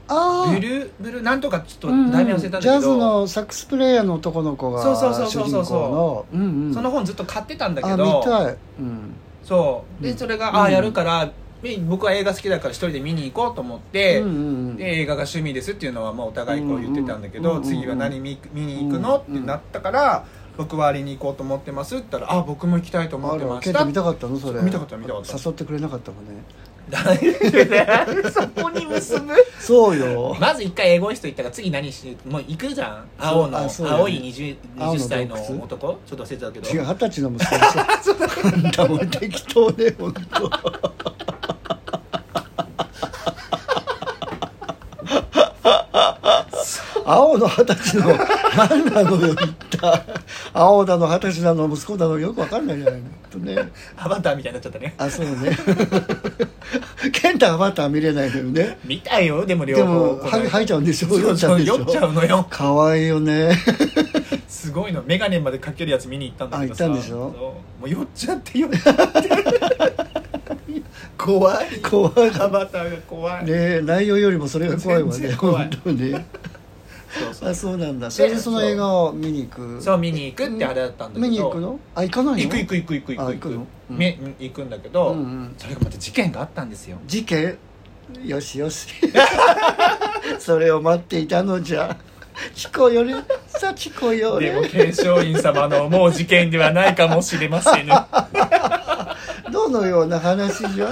Speaker 2: ああ
Speaker 1: ブルーブルーなんとかちょっと
Speaker 2: うんうん
Speaker 1: 題名忘れたんだけ
Speaker 2: ジ
Speaker 1: ど、
Speaker 2: ャズのサックスプレイヤーの男の子が
Speaker 1: そうそうそうそうそう
Speaker 2: 主人公のうんうん
Speaker 1: その本ずっと買ってたんだけ
Speaker 2: あ見
Speaker 1: ど
Speaker 2: たい、うん
Speaker 1: そう
Speaker 2: う
Speaker 1: で
Speaker 2: ん
Speaker 1: それが、
Speaker 2: うん
Speaker 1: ああやるからみ僕は映画好きだから一人で見に行こうと思って、
Speaker 2: うんうんうん、
Speaker 1: で映画が趣味ですっていうのはまあお互いこう言ってたんだけど、
Speaker 2: うんうん
Speaker 1: 次は何見見に行くの、
Speaker 2: うん
Speaker 1: ってなったから僕はあれに行こうと思ってますって言ったら「あ僕も行きたいと思
Speaker 2: あ
Speaker 1: って
Speaker 2: ら
Speaker 1: ま
Speaker 2: ケ
Speaker 1: し
Speaker 2: ンタ
Speaker 1: た」
Speaker 2: 見たかったのそれ
Speaker 1: 見たかった見たかった
Speaker 2: 誘ってくれなかったもんね
Speaker 1: 大丈夫そこに結ぶ
Speaker 2: そうよ
Speaker 1: まず一回エゴイスト行ったから次何しもう行くじゃん青の、
Speaker 2: あそうだね
Speaker 1: 青い 20,
Speaker 2: 青
Speaker 1: 20
Speaker 2: の洞窟
Speaker 1: 歳の男ちょっと忘れてたけど
Speaker 2: 違う二十歳の息子でしょあんたも適当で本当青の二十歳の何なのよ一体青だの二十歳なの息子なのよくわかんないじゃないのほんとね
Speaker 1: アバターみたいになっちゃったね
Speaker 2: あそうね健太はまた見れないのよね
Speaker 1: 見たよでも両
Speaker 2: で
Speaker 1: 方
Speaker 2: もは
Speaker 1: 入
Speaker 2: 入っちゃうんでしょ
Speaker 1: そうそう
Speaker 2: 酔
Speaker 1: 酔
Speaker 2: っ
Speaker 1: っ
Speaker 2: ち
Speaker 1: ち
Speaker 2: ゃ
Speaker 1: ゃ
Speaker 2: う
Speaker 1: う
Speaker 2: でしょ
Speaker 1: のよ
Speaker 2: かわいいよね
Speaker 1: すごいの眼鏡までかけるやつ見に行ったんだけどさ
Speaker 2: あ行ったんでしょ
Speaker 1: そうもう酔っちゃって酔っちゃって怖い
Speaker 2: 怖い
Speaker 1: アバターが怖い、
Speaker 2: ね内容よりもそれが怖いわ
Speaker 1: 全
Speaker 2: ね
Speaker 1: 然怖い
Speaker 2: 本当ね
Speaker 1: そうそう
Speaker 2: あそうなんだそれでその映画を見に行く
Speaker 1: そう見に行くってあれだったんだけど
Speaker 2: 見に行くのあ行かないの
Speaker 1: 行く行く行く行く行
Speaker 2: あ
Speaker 1: く
Speaker 2: 行くのうん
Speaker 1: め行くんだけど、
Speaker 2: うんうん
Speaker 1: それがまた事件があったんですよ
Speaker 2: 事件よし よしそれを待っていたのじゃチコよねさあチコよ
Speaker 1: で
Speaker 2: ね
Speaker 1: も検証員様のもう事件ではないかもしれませ んいや
Speaker 2: どのような話じ ゃ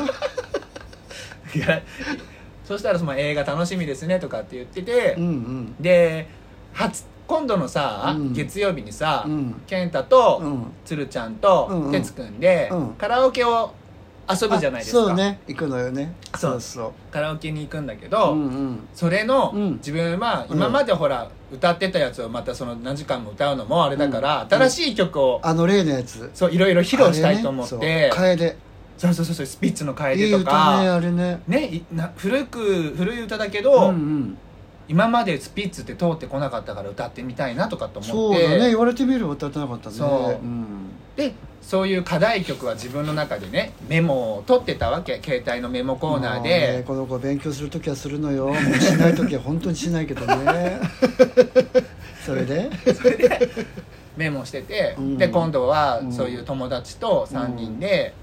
Speaker 1: そしたらその映画楽しみですねとかって言ってて、
Speaker 2: うんうん
Speaker 1: で初今度のさ、
Speaker 2: うん
Speaker 1: 月曜日にさ、
Speaker 2: うん
Speaker 1: 健太と、
Speaker 2: うん
Speaker 1: つるちゃんと、
Speaker 2: うんうん
Speaker 1: てつくんで、
Speaker 2: うん
Speaker 1: カラオケを遊ぶじゃないですか
Speaker 2: あそうね行くのよね
Speaker 1: そ
Speaker 2: そううそ
Speaker 1: カラオケに行くんだけ
Speaker 2: う
Speaker 1: ど、
Speaker 2: うんうん
Speaker 1: それの、
Speaker 2: うん
Speaker 1: 自分は
Speaker 2: うん
Speaker 1: 今までほら、歌ってたやつをまたその何時間も歌うのもあれだから、
Speaker 2: うん
Speaker 1: 新しい曲を、
Speaker 2: あの例のやつ
Speaker 1: そういろいろ披露したいと思っ
Speaker 2: あ
Speaker 1: て、
Speaker 2: れねそう楓
Speaker 1: そうそうそうそうスピッツの
Speaker 2: い
Speaker 1: 楓
Speaker 2: い
Speaker 1: と
Speaker 2: 歌ね
Speaker 1: か
Speaker 2: あれね
Speaker 1: ねいな古く古い歌だけ
Speaker 2: うん
Speaker 1: ど、
Speaker 2: うん
Speaker 1: 今までスピッツって通ってこなかったから歌ってみたいなとかと
Speaker 2: そ
Speaker 1: 思
Speaker 2: う
Speaker 1: っ
Speaker 2: だ
Speaker 1: て
Speaker 2: ね言われてみれば歌ってなかったね
Speaker 1: そう
Speaker 2: うん
Speaker 1: でそういう課題曲は自分の中でねメモを取ってたわけ携帯のメモコーナー
Speaker 2: もうね
Speaker 1: で、
Speaker 2: この子勉強する時はするのよもうしない時は本当にしないけどね それで
Speaker 1: メモしてて、
Speaker 2: うん
Speaker 1: で今度は
Speaker 2: うん
Speaker 1: そういう友達と3人で、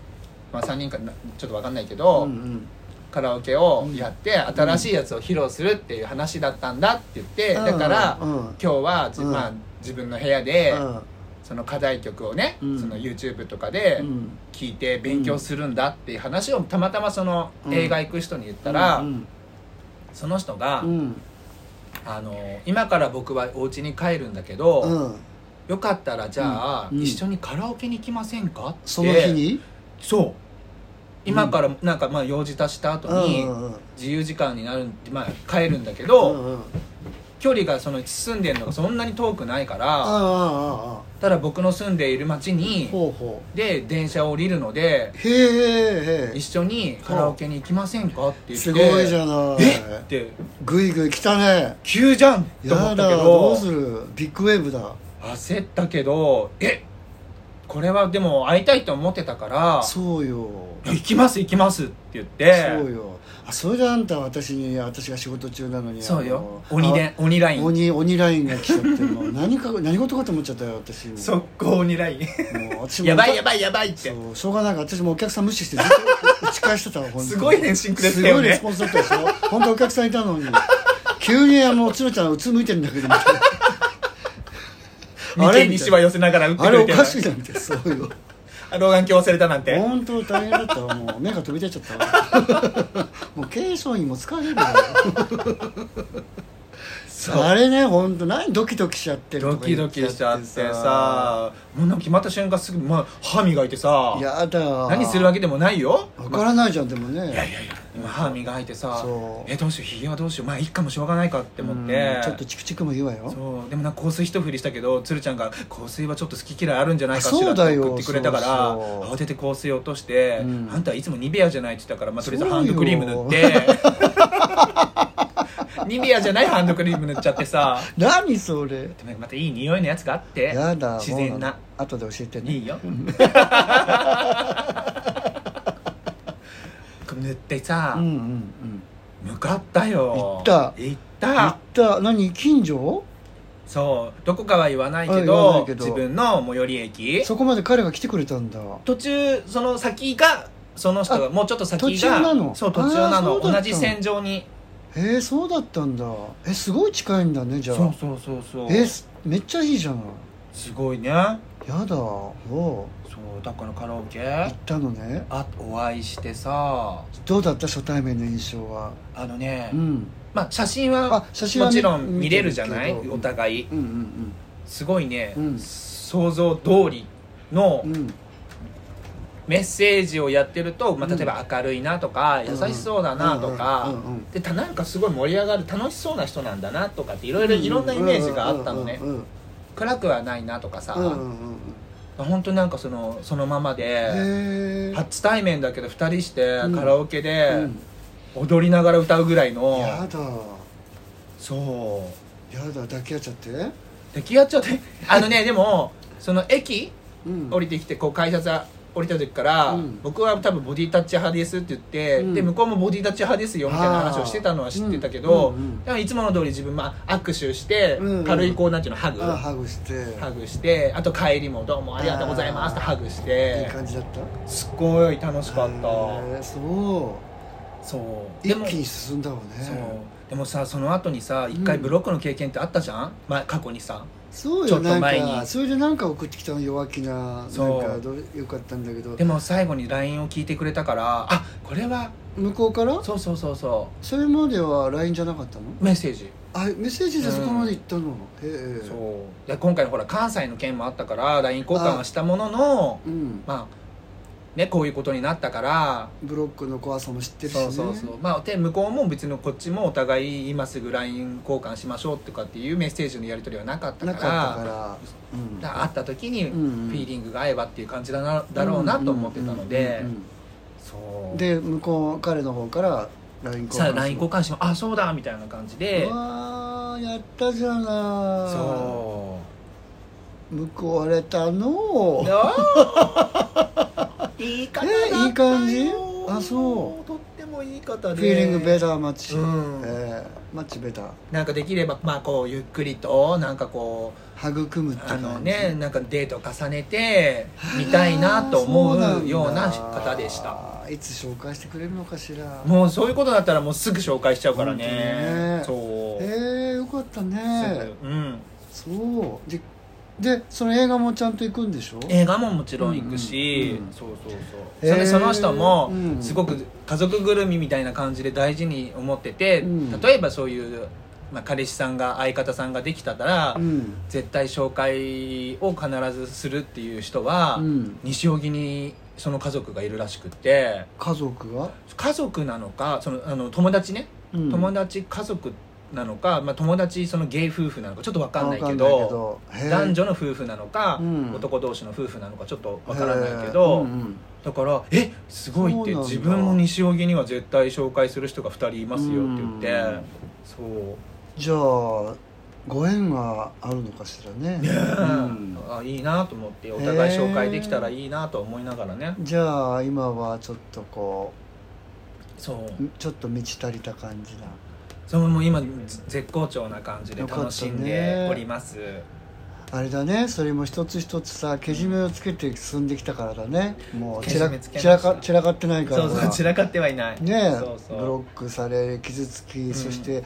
Speaker 1: まあ3人かなちょっと分かんないけど、
Speaker 2: うんうん
Speaker 1: カラオケをやって新しいやつを披露するっていう話だったんだって言って、だから、
Speaker 2: うんうん
Speaker 1: 今日はじ、
Speaker 2: うん
Speaker 1: まあ、自分の部屋で、
Speaker 2: うん
Speaker 1: その課題曲をね、
Speaker 2: うん
Speaker 1: その YouTube とかで
Speaker 2: うん
Speaker 1: 聞いて勉強するんだっていう話をたまたまその映画行く人に言ったら、
Speaker 2: うん
Speaker 1: その人が、
Speaker 2: うん
Speaker 1: あの「今から僕はお家に帰るんだけど、
Speaker 2: うん
Speaker 1: よかったらじゃあ、
Speaker 2: うんうん
Speaker 1: 一緒にカラオケに行きませんか?」って
Speaker 2: その日に
Speaker 1: そう今からなんかまあ用事足した後に、
Speaker 2: うんうん
Speaker 1: 自由時間になるんでまあ、帰るんだけ
Speaker 2: う
Speaker 1: ど、
Speaker 2: んうん
Speaker 1: 距離がその住んでるのがそんなに遠くないから、
Speaker 2: ああああああ
Speaker 1: ただ僕の住んでいる町に
Speaker 2: ほうほう
Speaker 1: で電車を降りるので
Speaker 2: へえへ
Speaker 1: 一緒にカラオケに行きませんかって言って
Speaker 2: えすごいじゃない
Speaker 1: えって
Speaker 2: ぐいぐい来たね
Speaker 1: 急じゃんと思
Speaker 2: や
Speaker 1: っ
Speaker 2: だ
Speaker 1: たけ
Speaker 2: ど
Speaker 1: ど
Speaker 2: うするビッグウェーブだ
Speaker 1: 焦ったけどえこれはでも会いたいと思ってたから
Speaker 2: そうよ
Speaker 1: いや行きます行きますって言って
Speaker 2: そうよあそれであんたは私に私が仕事中なのに
Speaker 1: そう
Speaker 2: あ
Speaker 1: よ
Speaker 2: の
Speaker 1: 鬼で鬼ライン
Speaker 2: 鬼鬼ラインが来ちゃってもう何か何事かと思っちゃったよ私も
Speaker 1: 速攻鬼ライ
Speaker 2: もう私
Speaker 1: ン
Speaker 2: も
Speaker 1: やばいや
Speaker 2: ば
Speaker 1: ばいやばいって
Speaker 2: そうしょうがないから私もお客さん無視してずっと打ち返してたわ本当に
Speaker 1: すごい返信くれて
Speaker 2: す
Speaker 1: た
Speaker 2: ご
Speaker 1: よ
Speaker 2: いレ
Speaker 1: ね
Speaker 2: スポンスだったでしょ本当お客さんいたのに急にあのつるちゃんうつむいてるんだけどみたい な
Speaker 1: 眉間にしわ寄せながら打って
Speaker 2: あ
Speaker 1: く
Speaker 2: れ
Speaker 1: れ
Speaker 2: お
Speaker 1: て
Speaker 2: かしいなみたいなそうよ
Speaker 1: あ老眼鏡忘れたなんて
Speaker 2: 本当大変だったわもう目が飛び出ちゃっ たわもう軽症にも疲れるわ
Speaker 1: そう
Speaker 2: あれね本当何ドキドキしちゃってる
Speaker 1: ド
Speaker 2: とか
Speaker 1: キ
Speaker 2: 言
Speaker 1: ドキしちゃってさもうなんか決まった瞬間すぐ、まあ、歯磨いてさ
Speaker 2: やだ
Speaker 1: 何するわけでもないよ
Speaker 2: わからないじゃんでもね
Speaker 1: いやいやいや今歯磨いてさ
Speaker 2: そう
Speaker 1: えどうしようひげはどうしようまあいっかもしょうがないかって思って
Speaker 2: うんちょっとチクチクも言うわよ
Speaker 1: そうでもなんか香水一振りしたけど鶴ちゃんが「香水はちょっと好き嫌いあるんじゃないかし
Speaker 2: そ
Speaker 1: ら」っ
Speaker 2: う
Speaker 1: て
Speaker 2: だよ
Speaker 1: 送ってくれたから
Speaker 2: そうそ
Speaker 1: 慌
Speaker 2: う
Speaker 1: てて香水落として、
Speaker 2: うん
Speaker 1: あんたはいつもニベアじゃない」って言ったから、まあ、とりあえず
Speaker 2: そう
Speaker 1: ハ
Speaker 2: よ
Speaker 1: ンドクリーム塗ってニベアじゃないハンドクリーム塗っちゃってさ
Speaker 2: 何それ
Speaker 1: でもまたいい匂いのやつがあって
Speaker 2: やだ
Speaker 1: 自然な
Speaker 2: もう後で教えてね
Speaker 1: いいよ塗ってさ、
Speaker 2: うんうんうん
Speaker 1: 向かったよ
Speaker 2: 行った
Speaker 1: 行っ
Speaker 2: 行
Speaker 1: た
Speaker 2: った何近所
Speaker 1: そうどこかは言わないけ
Speaker 2: あ言わな
Speaker 1: ど
Speaker 2: いけど
Speaker 1: 自分の最寄り駅
Speaker 2: そこまで彼が来てくれたんだ
Speaker 1: 途中その先がその人がもうちょっと先が
Speaker 2: 途中なの
Speaker 1: そう途中な
Speaker 2: あーそう
Speaker 1: の
Speaker 2: だったの
Speaker 1: 同じ線上に
Speaker 2: へえそうだったんだえすごい近いんだねじゃ
Speaker 1: そう
Speaker 2: あ
Speaker 1: そうそうそう
Speaker 2: えすめっちゃいいじゃない
Speaker 1: すごいね
Speaker 2: へやだお
Speaker 1: そうだからカラオケ
Speaker 2: 行ったのね
Speaker 1: あお会いしてさ
Speaker 2: どうだった初対面の印象は
Speaker 1: あのね、
Speaker 2: うん
Speaker 1: まあ写真は
Speaker 2: あ写真は
Speaker 1: も
Speaker 2: 見
Speaker 1: ちろん見れるじゃない
Speaker 2: 見てるけど
Speaker 1: お互い
Speaker 2: うんうん
Speaker 1: すごいね、
Speaker 2: うん
Speaker 1: 想像通りの
Speaker 2: うんうん
Speaker 1: メッセージをやってると、まあ、
Speaker 2: うん
Speaker 1: 例えば明るいなとか、優しそうだなとか、
Speaker 2: うんうんうん
Speaker 1: でたなんかすごい盛り上がる楽しそうな人なんだなとかっていろいろいろんなイメージがあったのね
Speaker 2: うんうん
Speaker 1: 暗くはないなとかさ、
Speaker 2: うんうんうん
Speaker 1: 本当なんかそのそのままで
Speaker 2: へえ
Speaker 1: 初対面だけど2人して
Speaker 2: うん
Speaker 1: カラオケ
Speaker 2: う
Speaker 1: で
Speaker 2: ん
Speaker 1: 踊りながら歌うぐらいの、
Speaker 2: やだ
Speaker 1: そう
Speaker 2: やだ抱き合っちゃって
Speaker 1: 出来上が っちゃってあのねでもその駅
Speaker 2: うん
Speaker 1: 降りてきてこう改札降りた時から、
Speaker 2: うん
Speaker 1: 僕は多分ボディタッチ派ですって言って、
Speaker 2: うん
Speaker 1: で向こうもボディタッチ派ですよみたいな話をしてたのは知ってたけど、
Speaker 2: あーうんうんうん
Speaker 1: でもいつもの通り自分も握手して、
Speaker 2: うんうん
Speaker 1: 軽いこうなんていうのハグ、
Speaker 2: あハグして
Speaker 1: ハグしてあと帰りも「どうもありがとうございます」ってハグし
Speaker 2: いい
Speaker 1: て
Speaker 2: 感じだった
Speaker 1: すっごい楽しかった、
Speaker 2: へえそ
Speaker 1: そう
Speaker 2: う
Speaker 1: で
Speaker 2: 一
Speaker 1: も
Speaker 2: 気に進んだわね
Speaker 1: そうでもさその後にさ一回ブロックの経験ってあったじゃん、まあ、過去にさ
Speaker 2: そう
Speaker 1: ちょ
Speaker 2: よ
Speaker 1: っと
Speaker 2: なん
Speaker 1: 前に
Speaker 2: かそれでなんか送ってきたの弱気ななんか
Speaker 1: そう
Speaker 2: どうよかったんだけど
Speaker 1: でも最後に LINE を聞いてくれたからあこれは
Speaker 2: 向こうから
Speaker 1: そうそうそうそ
Speaker 2: それまでは LINE じゃなかったの
Speaker 1: うメッセージ
Speaker 2: あメッセージでそこまで行ったの、へえ
Speaker 1: そうで今回のほら関西の件もあったから LINE 交換はしたものの
Speaker 2: うん
Speaker 1: まあねこういうことになったから
Speaker 2: ブロックの怖さも知ってるし、ね、
Speaker 1: そうそうそうまあで向こうも別にこっちもお互い今すぐ LINE 交換しましょうとかっていうメッセージのやり取りはなかったから
Speaker 2: なかったからうん
Speaker 1: だから会った時にフ
Speaker 2: うんうん
Speaker 1: ィーリングが合えばっていう感じだなだろうなと思ってたので
Speaker 2: うんうんうんう
Speaker 1: そ
Speaker 2: ん
Speaker 1: う
Speaker 2: で向こう彼の方から LINE 交
Speaker 1: さあ
Speaker 2: 換
Speaker 1: LINE 交換しますあそうだみたいな感じで
Speaker 2: わあやったじゃない
Speaker 1: そう
Speaker 2: 報われたの
Speaker 1: あーいい方だったよ
Speaker 2: えいい感じあそう
Speaker 1: とってもいい方で
Speaker 2: フィーリングベターマッチ、
Speaker 1: うん
Speaker 2: えーマッチベター
Speaker 1: なんかできればまあこうゆっくりとなんかこ
Speaker 2: 育むっ
Speaker 1: う
Speaker 2: て
Speaker 1: あ
Speaker 2: 感じ
Speaker 1: のねなんかデート重ねて見たいなと思うような方でした
Speaker 2: たいつ紹介してくれるのかしら
Speaker 1: もうそういうことだったらもうすぐ紹介しちゃうからね
Speaker 2: 本
Speaker 1: そ
Speaker 2: 当
Speaker 1: う、
Speaker 2: えー、よかったね
Speaker 1: すぐうん
Speaker 2: そうででその映画もちゃんと行くんでしょ
Speaker 1: 映画ももちろん行くし、
Speaker 2: うんうんうん
Speaker 1: そうそうそう、
Speaker 2: へー
Speaker 1: それでその人も
Speaker 2: うん
Speaker 1: すごく家族ぐるみみたいな感じで大事に思ってて、
Speaker 2: うん
Speaker 1: 例えばそういう、まあ、彼氏さんが相方さんができたら、
Speaker 2: うん
Speaker 1: 絶対紹介を必ずするっていう人は、
Speaker 2: うん
Speaker 1: 西荻にその家族がいるらしくって
Speaker 2: 家族は、
Speaker 1: 家族なのかそのあの友達ね、
Speaker 2: うん
Speaker 1: 友達家族なのか、まあ、友達そのゲイ夫婦なのかちょっと分かんないけ
Speaker 2: わかんない
Speaker 1: ど
Speaker 2: け。どへー
Speaker 1: 男女の夫婦なのか、
Speaker 2: うん
Speaker 1: 男同士の夫婦なのかちょっとわからないけど、
Speaker 2: へーうん
Speaker 1: だから「えすごい」って
Speaker 2: そうなんだ
Speaker 1: 自分も西荻には絶対紹介する人が2人いますよって言って、
Speaker 2: うん
Speaker 1: そう
Speaker 2: じゃあご縁はあるのかしらね
Speaker 1: ねえ、
Speaker 2: うん
Speaker 1: あいいなと思ってお互い紹介できたらいいなと思いながらね、
Speaker 2: じゃあ今はちょっとこ
Speaker 1: そう
Speaker 2: うちょっと満ち足りた感じな
Speaker 1: それも今絶好調な感じで
Speaker 2: よかったね
Speaker 1: 楽しんでおります、
Speaker 2: あれだねそれも一つ一つさけじめをつけて進んできたからだねもう
Speaker 1: けじ
Speaker 2: 散
Speaker 1: め
Speaker 2: ら
Speaker 1: つけました
Speaker 2: 散らか散らかってないから
Speaker 1: そうそう散らかってはいない
Speaker 2: ねえ
Speaker 1: そうそう
Speaker 2: ブロックされ傷つき、
Speaker 1: ん
Speaker 2: そしてよ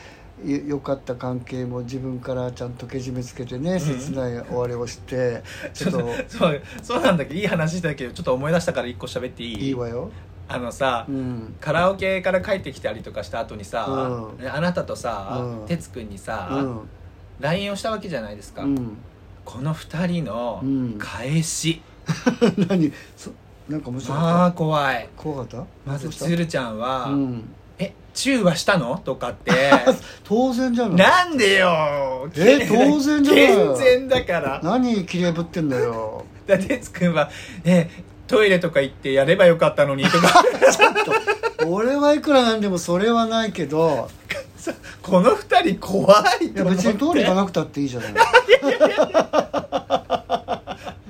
Speaker 2: 良かった関係も自分からちゃんとけじめつけてね、切ない終わりを してちょっと
Speaker 1: そうそうなんだけどいい話だけどちょっと思い出したから1個喋っていい
Speaker 2: いいわよ、
Speaker 1: あのさ、
Speaker 2: うん、
Speaker 1: カラオケから帰ってきたりとかした後にさ、
Speaker 2: う
Speaker 1: あなたとさ
Speaker 2: うん
Speaker 1: 哲、くん、にさ、
Speaker 2: うん、
Speaker 1: LINE をしたわけじゃないですか、
Speaker 2: うん、
Speaker 1: この2人の
Speaker 2: うん
Speaker 1: 返し、
Speaker 2: 何そなんか面白
Speaker 1: ま
Speaker 2: かっ
Speaker 1: あ怖い
Speaker 2: た怖かった
Speaker 1: まず
Speaker 2: どうした
Speaker 1: つるちゃんは「
Speaker 2: うん、
Speaker 1: えチューはしたの?」とかって
Speaker 2: 当然じゃない
Speaker 1: なんでよ
Speaker 2: え当然じゃない
Speaker 1: 健全だから
Speaker 2: 何切れぶってんだよ
Speaker 1: だって哲くんは「ねトイレとか行ってやればよかったのに」と か
Speaker 2: 俺はいくらなんでもそれはないけど
Speaker 1: この2人怖い
Speaker 2: い
Speaker 1: と
Speaker 2: や
Speaker 1: 思っ
Speaker 2: 別
Speaker 1: て
Speaker 2: に通り行かなくたっていいじゃない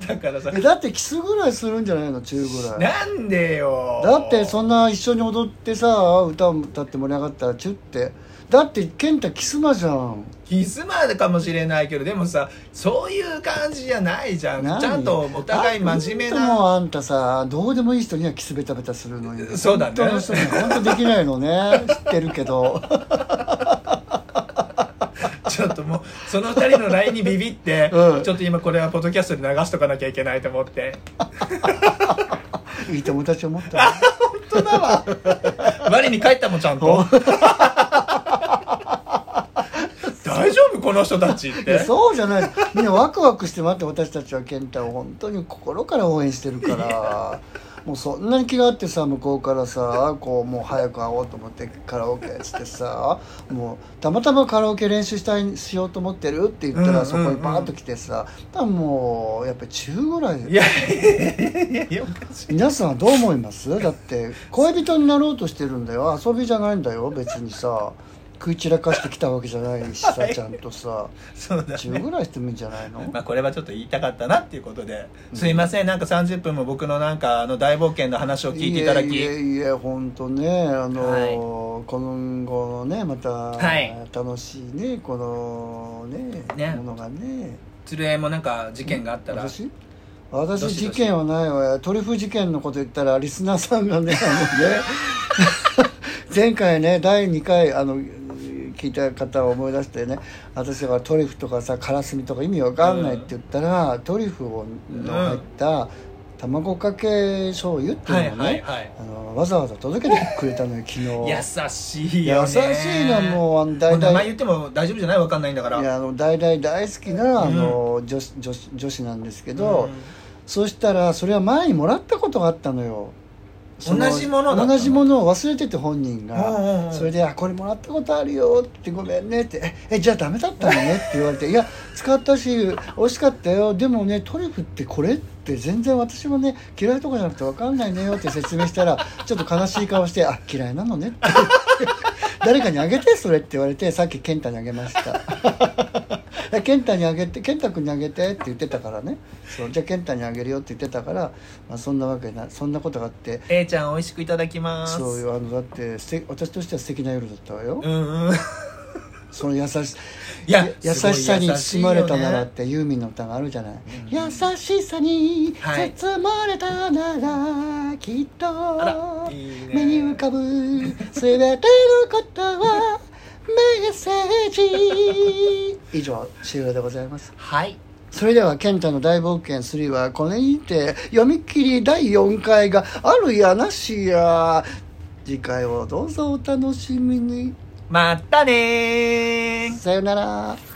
Speaker 1: だからさ
Speaker 2: えだってキスぐらいするんじゃないの中ぐら
Speaker 1: な
Speaker 2: い
Speaker 1: んでよ
Speaker 2: だってそんな一緒に踊ってさ歌を歌って盛り上がったらチュってだって健太キスマじゃん
Speaker 1: キスマかもしれないけどでもさそういう感じじゃないじゃん
Speaker 2: 何
Speaker 1: ちゃんとお互い真面目
Speaker 2: あんたも
Speaker 1: な
Speaker 2: うあんたさどうでもいい人にはキスベタベタするのに
Speaker 1: そうだ ね
Speaker 2: 本当の人には本当できないのね知ってるけど
Speaker 1: ちょっともうその二人の LINE にビビって、
Speaker 2: うん
Speaker 1: ちょっと今これはポッドキャストで流しとかなきゃいけないと思って
Speaker 2: いい友達を持った
Speaker 1: 我に帰ったもんちゃん と大丈夫この人たちっ
Speaker 2: いや
Speaker 1: て
Speaker 2: そうじゃないみんなワクワクして待って私たちは健太を本当に心から応援してる からもうそんなに気があってさ向こうからさこうもう早く会おうと思ってカラオケしてさもうたまたまカラオケ練習したいしようと思ってるって言った
Speaker 1: うんうんう
Speaker 2: ら
Speaker 1: ん
Speaker 2: そこにバーッと来てさ多分もうやっぱり中ぐらい
Speaker 1: いやいやいやいやおかしい
Speaker 2: 皆さんはどう思いますだって恋人になろうとしてるんだよ遊びじゃないんだよ別にさ食い散らかしてきたわけじゃないしさちゃんとさ
Speaker 1: そうだ
Speaker 2: 中
Speaker 1: ね
Speaker 2: ぐらいしてもいいんじゃないの
Speaker 1: まあこれはちょっと言いたかったなっていうことで、すいませんなんか30分も僕のなんかあの大冒険の話を聞いていただき
Speaker 2: いえいえいえ本当ねあの、今後のねまた、
Speaker 1: はい
Speaker 2: 楽しいねこのね
Speaker 1: ね
Speaker 2: ものがね
Speaker 1: 鶴江もなんか事件があったら、
Speaker 2: 私私
Speaker 1: どしどし
Speaker 2: 事件はないわトリュフ事件のこと言ったらリスナーさんがねあのね 前回ね第2回あの聞いた方を思い出してね私がトリュフとかさカラスミとか意味わかんないって言ったら、トリュフをの入った卵かけ醤油っていう
Speaker 1: はい
Speaker 2: のをね、
Speaker 1: はいはい
Speaker 2: あのわざわざ届けてくれたのよ 昨日
Speaker 1: 優しいよね
Speaker 2: 優しいのもうあの大体
Speaker 1: もう名前言っても大丈夫じゃないわかんないんだから
Speaker 2: いやあの大々大好きなあの、女子女子女子なんですけど、そしたらそれは前にもらったことがあったのよそ
Speaker 1: 同じものだったの
Speaker 2: 同じものを忘れてて本人
Speaker 1: うんうんう
Speaker 2: が
Speaker 1: ん
Speaker 2: それで「あこれもらったことあるよ」って「ごめんね」って「ええじゃあダメだったのね」って言われて「いや使ったし美味しかったよでもねトリュフってこれ?」って全然私もね嫌いとかじゃなくて分かんないねよって説明したらちょっと悲しい顔して「あ嫌いなのね」って 言って誰かにあげてそれって言われてさっき健太にあげました 健太にあげて健太君にあげてって言ってたからねそうじゃあ健太にあげるよって言ってたから、まあ、そんなわけなそんなことがあって
Speaker 1: A ちゃん美味しくいただきます
Speaker 2: そういうあのだってすて私としては素敵な夜だったわよ、
Speaker 1: うんうんい
Speaker 2: その優し
Speaker 1: や
Speaker 2: 優しさに包まれたならっ
Speaker 1: す
Speaker 2: てユーミンの歌があるじゃない、
Speaker 1: ん
Speaker 2: 優しさに
Speaker 1: はい
Speaker 2: 包まれたならきっと、
Speaker 1: あらいいね
Speaker 2: 目に浮かぶ全てのことはメッセー ジ以上終了でございます
Speaker 1: ごい優しいよね
Speaker 2: それでは「健太の大冒険3」はこれにて読み切り第4回があるやなしや次回をどうぞお楽しみに
Speaker 1: はいまたねー
Speaker 2: さよなら